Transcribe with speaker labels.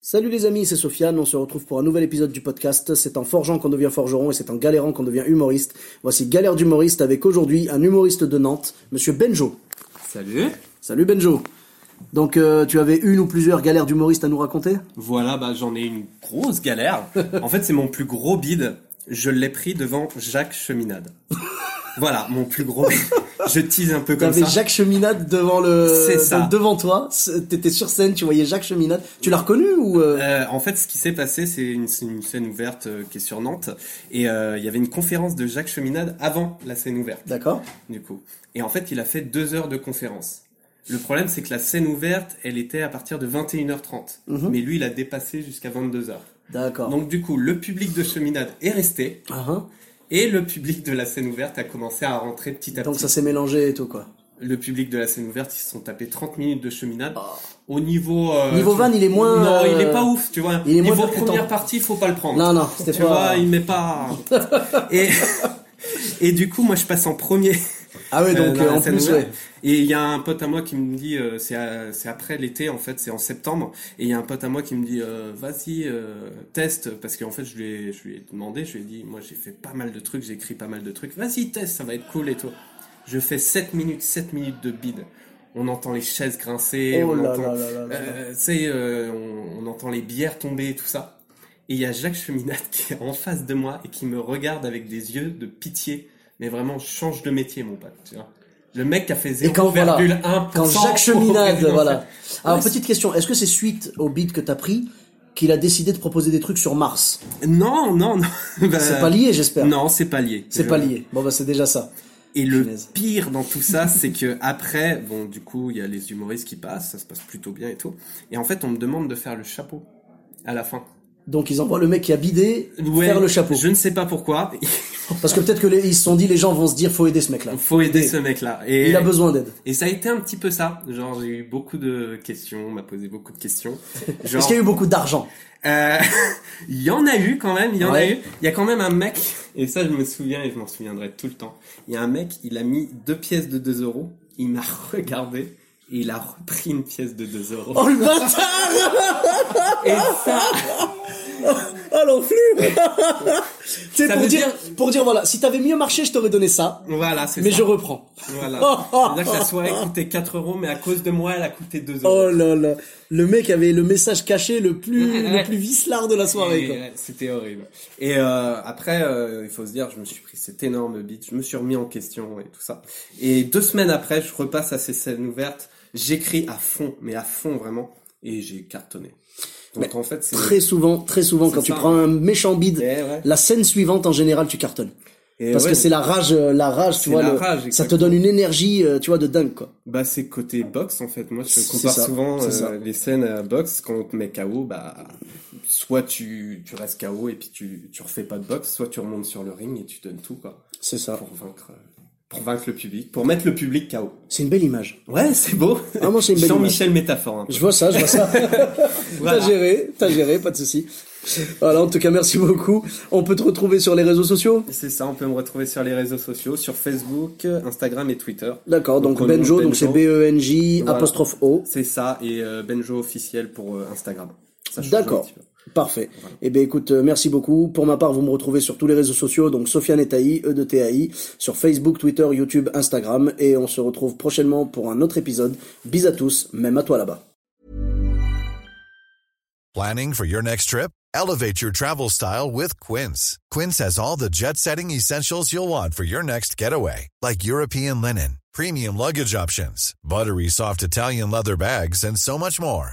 Speaker 1: Salut les amis, c'est Sofiane, on se retrouve pour un nouvel épisode du podcast. C'est en forgeant qu'on devient forgeron et c'est en galérant qu'on devient humoriste. Voici Galère d'humoriste avec aujourd'hui un humoriste de Nantes, monsieur Benjo.
Speaker 2: Salut.
Speaker 1: Salut Benjo. Donc euh, tu avais une ou plusieurs galères d'humoriste à nous raconter
Speaker 2: Voilà, bah j'en ai une grosse galère. en fait, c'est mon plus gros bide. Je l'ai pris devant Jacques Cheminade. voilà, mon plus gros. bide. Je tease un peu comme
Speaker 1: T'avais
Speaker 2: ça.
Speaker 1: Jacques Cheminade devant le
Speaker 2: C'est ça.
Speaker 1: donc devant toi, C'est- t'étais sur scène, tu voyais Jacques Cheminade. Tu l'as reconnu ou euh,
Speaker 2: Euh, en fait, ce qui s'est passé, c'est une, c'est une scène ouverte euh, qui est sur Nantes, et euh, il y avait une conférence de Jacques Cheminade avant la scène ouverte.
Speaker 1: D'accord.
Speaker 2: du coup. Et en fait, il a fait deux heures de conférence. Le problème, c'est que la scène ouverte, elle était à partir de 21h30. Mais lui, il a dépassé jusqu'à 22h.
Speaker 1: Mhm. D'accord.
Speaker 2: Donc, du coup, le public de Cheminade est resté
Speaker 1: Ah, hein.
Speaker 2: et le public de la scène ouverte a commencé à rentrer petit à
Speaker 1: Donc
Speaker 2: petit.
Speaker 1: ça s'est mélangé et tout quoi.
Speaker 2: Le public de la scène ouverte, ils se sont tapés 30 minutes de Cheminade. Au niveau. euh,
Speaker 1: Ah. Niveau van, il est moins,
Speaker 2: Non,
Speaker 1: euh,
Speaker 2: il est pas ouf, tu vois.
Speaker 1: il est moins
Speaker 2: niveau
Speaker 1: percutant.
Speaker 2: première partie, faut pas le prendre.
Speaker 1: Non, non, c'était
Speaker 2: Tu
Speaker 1: pas-
Speaker 2: vois, il met pas. et... et du coup, moi, je passe en premier.
Speaker 1: Ah ouais,
Speaker 2: Euh,
Speaker 1: donc
Speaker 2: dans
Speaker 1: euh,
Speaker 2: la
Speaker 1: en
Speaker 2: scène
Speaker 1: plus
Speaker 2: ouverte.
Speaker 1: ouais.
Speaker 2: Et il y a un pote à moi qui me dit, euh, c'est à- c'est après l'été en fait, c'est en septembre. Et il y a un pote à moi qui me dit, euh, vas-y, euh, teste, parce qu'en fait je lui, ai, je lui ai demandé, je lui ai dit, moi j'ai fait pas mal de trucs, j'ai écrit pas mal de trucs, vas-y teste, ça va être cool et tout. Je fais 7 minutes, 7 minutes de bide. On entend les chaises grincer,
Speaker 1: Oh
Speaker 2: on
Speaker 1: là
Speaker 2: entend,
Speaker 1: là là là là.
Speaker 2: euh, tu sais, euh, on, on entend les bières tomber et tout ça. Et il y a Jacques Cheminade qui est en face de moi et qui me regarde avec des yeux de pitié. Mais vraiment, change de métier, mon pote. Tu vois. Le mec qui a fait
Speaker 1: Et quand voilà,
Speaker 2: 0,1%.
Speaker 1: quand
Speaker 2: au
Speaker 1: Jacques Cheminade,
Speaker 2: présidentiel.
Speaker 1: voilà. Alors
Speaker 2: Ouais,
Speaker 1: petite question, est-ce que c'est suite au beat que t'as pris qu'il a décidé de proposer des trucs sur Mars
Speaker 2: Non, non, non. Bah,
Speaker 1: C'est pas lié, j'espère.
Speaker 2: Non, c'est pas lié.
Speaker 1: C'est
Speaker 2: Je-
Speaker 1: pas lié. Bon bah c'est déjà ça.
Speaker 2: Et le
Speaker 1: Punaise.
Speaker 2: pire dans tout ça, c'est que après, bon, du coup, il y a les humoristes qui passent, ça se passe plutôt bien et tout. Et en fait, on me demande de faire le chapeau à la fin.
Speaker 1: Donc ils envoient le mec qui a bidé
Speaker 2: Ouais,
Speaker 1: faire le chapeau.
Speaker 2: Je ne sais pas pourquoi.
Speaker 1: Parce que peut-être que les, ils se sont dit les gens vont se dire faut aider ce mec là.
Speaker 2: Faut aider ce mec-là. Et...
Speaker 1: Il a besoin d'aide.
Speaker 2: Et ça a été un petit peu ça. Genre, j'ai eu beaucoup de questions, on m'a posé beaucoup de questions. Genre,
Speaker 1: Parce qu'il y a eu beaucoup d'argent.
Speaker 2: euh, il y en a eu quand même, il y en a
Speaker 1: Ouais.
Speaker 2: eu. Il y a quand même un mec, et ça je me souviens et je m'en souviendrai tout le temps. Il y a un mec, il a mis deux pièces de 2 euros, il m'a regardé et il a repris une pièce de 2 euros.
Speaker 1: Oh le bâtard
Speaker 2: et ça,
Speaker 1: Oh l'enflure C'est
Speaker 2: Ça
Speaker 1: pour
Speaker 2: veut
Speaker 1: dire,
Speaker 2: dire-
Speaker 1: pour dire voilà, si t'avais mieux marché, je t'aurais donné ça.
Speaker 2: voilà, c'est ça.
Speaker 1: Mais je reprends.
Speaker 2: Voilà. C'est-à-dire que la soirée coûtait 4 euros, mais à cause de moi, elle a coûté 2 euros.
Speaker 1: Oh là là, le mec avait le message caché le plus
Speaker 2: Ouais.
Speaker 1: le plus vicelard de la soirée.
Speaker 2: Et,
Speaker 1: quoi.
Speaker 2: ouais, C'était horrible. Et euh, après, euh, il faut se dire, je me suis pris cette énorme bite, je me suis remis en question et tout ça. Et deux semaines après, je repasse à ces scènes ouvertes, j'écris à fond, mais à fond vraiment, et j'ai cartonné. Donc en fait, c'est...
Speaker 1: Très souvent, très souvent,
Speaker 2: C'est
Speaker 1: quand tu
Speaker 2: ça.
Speaker 1: prends un méchant bide,
Speaker 2: Ouais, ouais.
Speaker 1: la scène suivante en général tu cartonnes.
Speaker 2: Et
Speaker 1: Parce
Speaker 2: ouais,
Speaker 1: que c'est la rage, euh, la rage, tu vois,
Speaker 2: la
Speaker 1: le-
Speaker 2: rage,
Speaker 1: ça te
Speaker 2: exactement.
Speaker 1: donne une énergie, euh, tu vois, de dingue quoi.
Speaker 2: Bah c'est côté boxe en fait. Moi je
Speaker 1: C'est
Speaker 2: compare
Speaker 1: ça,
Speaker 2: souvent
Speaker 1: c'est
Speaker 2: euh,
Speaker 1: ça.
Speaker 2: les scènes à boxe quand on te met KO, bah soit tu, tu restes KO et puis tu, tu refais pas de boxe, soit tu remontes sur le ring et tu donnes tout quoi.
Speaker 1: C'est ça.
Speaker 2: Pour vaincre, euh, pour vaincre le public, pour mettre le public KO.
Speaker 1: C'est une belle image.
Speaker 2: Ouais, c'est beau.
Speaker 1: Ah, moi, c'est une belle
Speaker 2: Jean-Michel métaphore. Un peu.
Speaker 1: Je vois ça, je vois ça.
Speaker 2: Voilà.
Speaker 1: T'as géré, t'as géré, pas de souci. Voilà, en tout cas, merci beaucoup. On peut te retrouver sur les réseaux sociaux.
Speaker 2: C'est ça, on peut me retrouver sur les réseaux sociaux, sur Facebook, Instagram et Twitter.
Speaker 1: D'accord, donc
Speaker 2: au nom de
Speaker 1: Benjo, donc c'est E. B-E-N-J,
Speaker 2: Voilà.
Speaker 1: apostrophe O.
Speaker 2: C'est ça, et euh, Benjo officiel pour euh, Instagram. Ça change un
Speaker 1: D'accord.
Speaker 2: petit peu.
Speaker 1: Parfait. Eh bien, écoute, euh, merci beaucoup. Pour ma part, vous me retrouvez sur tous les réseaux sociaux, donc Sofiane et Taï, E de TAI, sur Facebook, Twitter, YouTube, Instagram, et on se retrouve prochainement pour un autre épisode. Bis à tous, même à toi là-bas.
Speaker 3: Planning for your next trip? Elevate your travel style with Quince. Quince has all the jet setting essentials you'll want for your next getaway, like European linen, premium luggage options, buttery soft Italian leather bags, and so much more.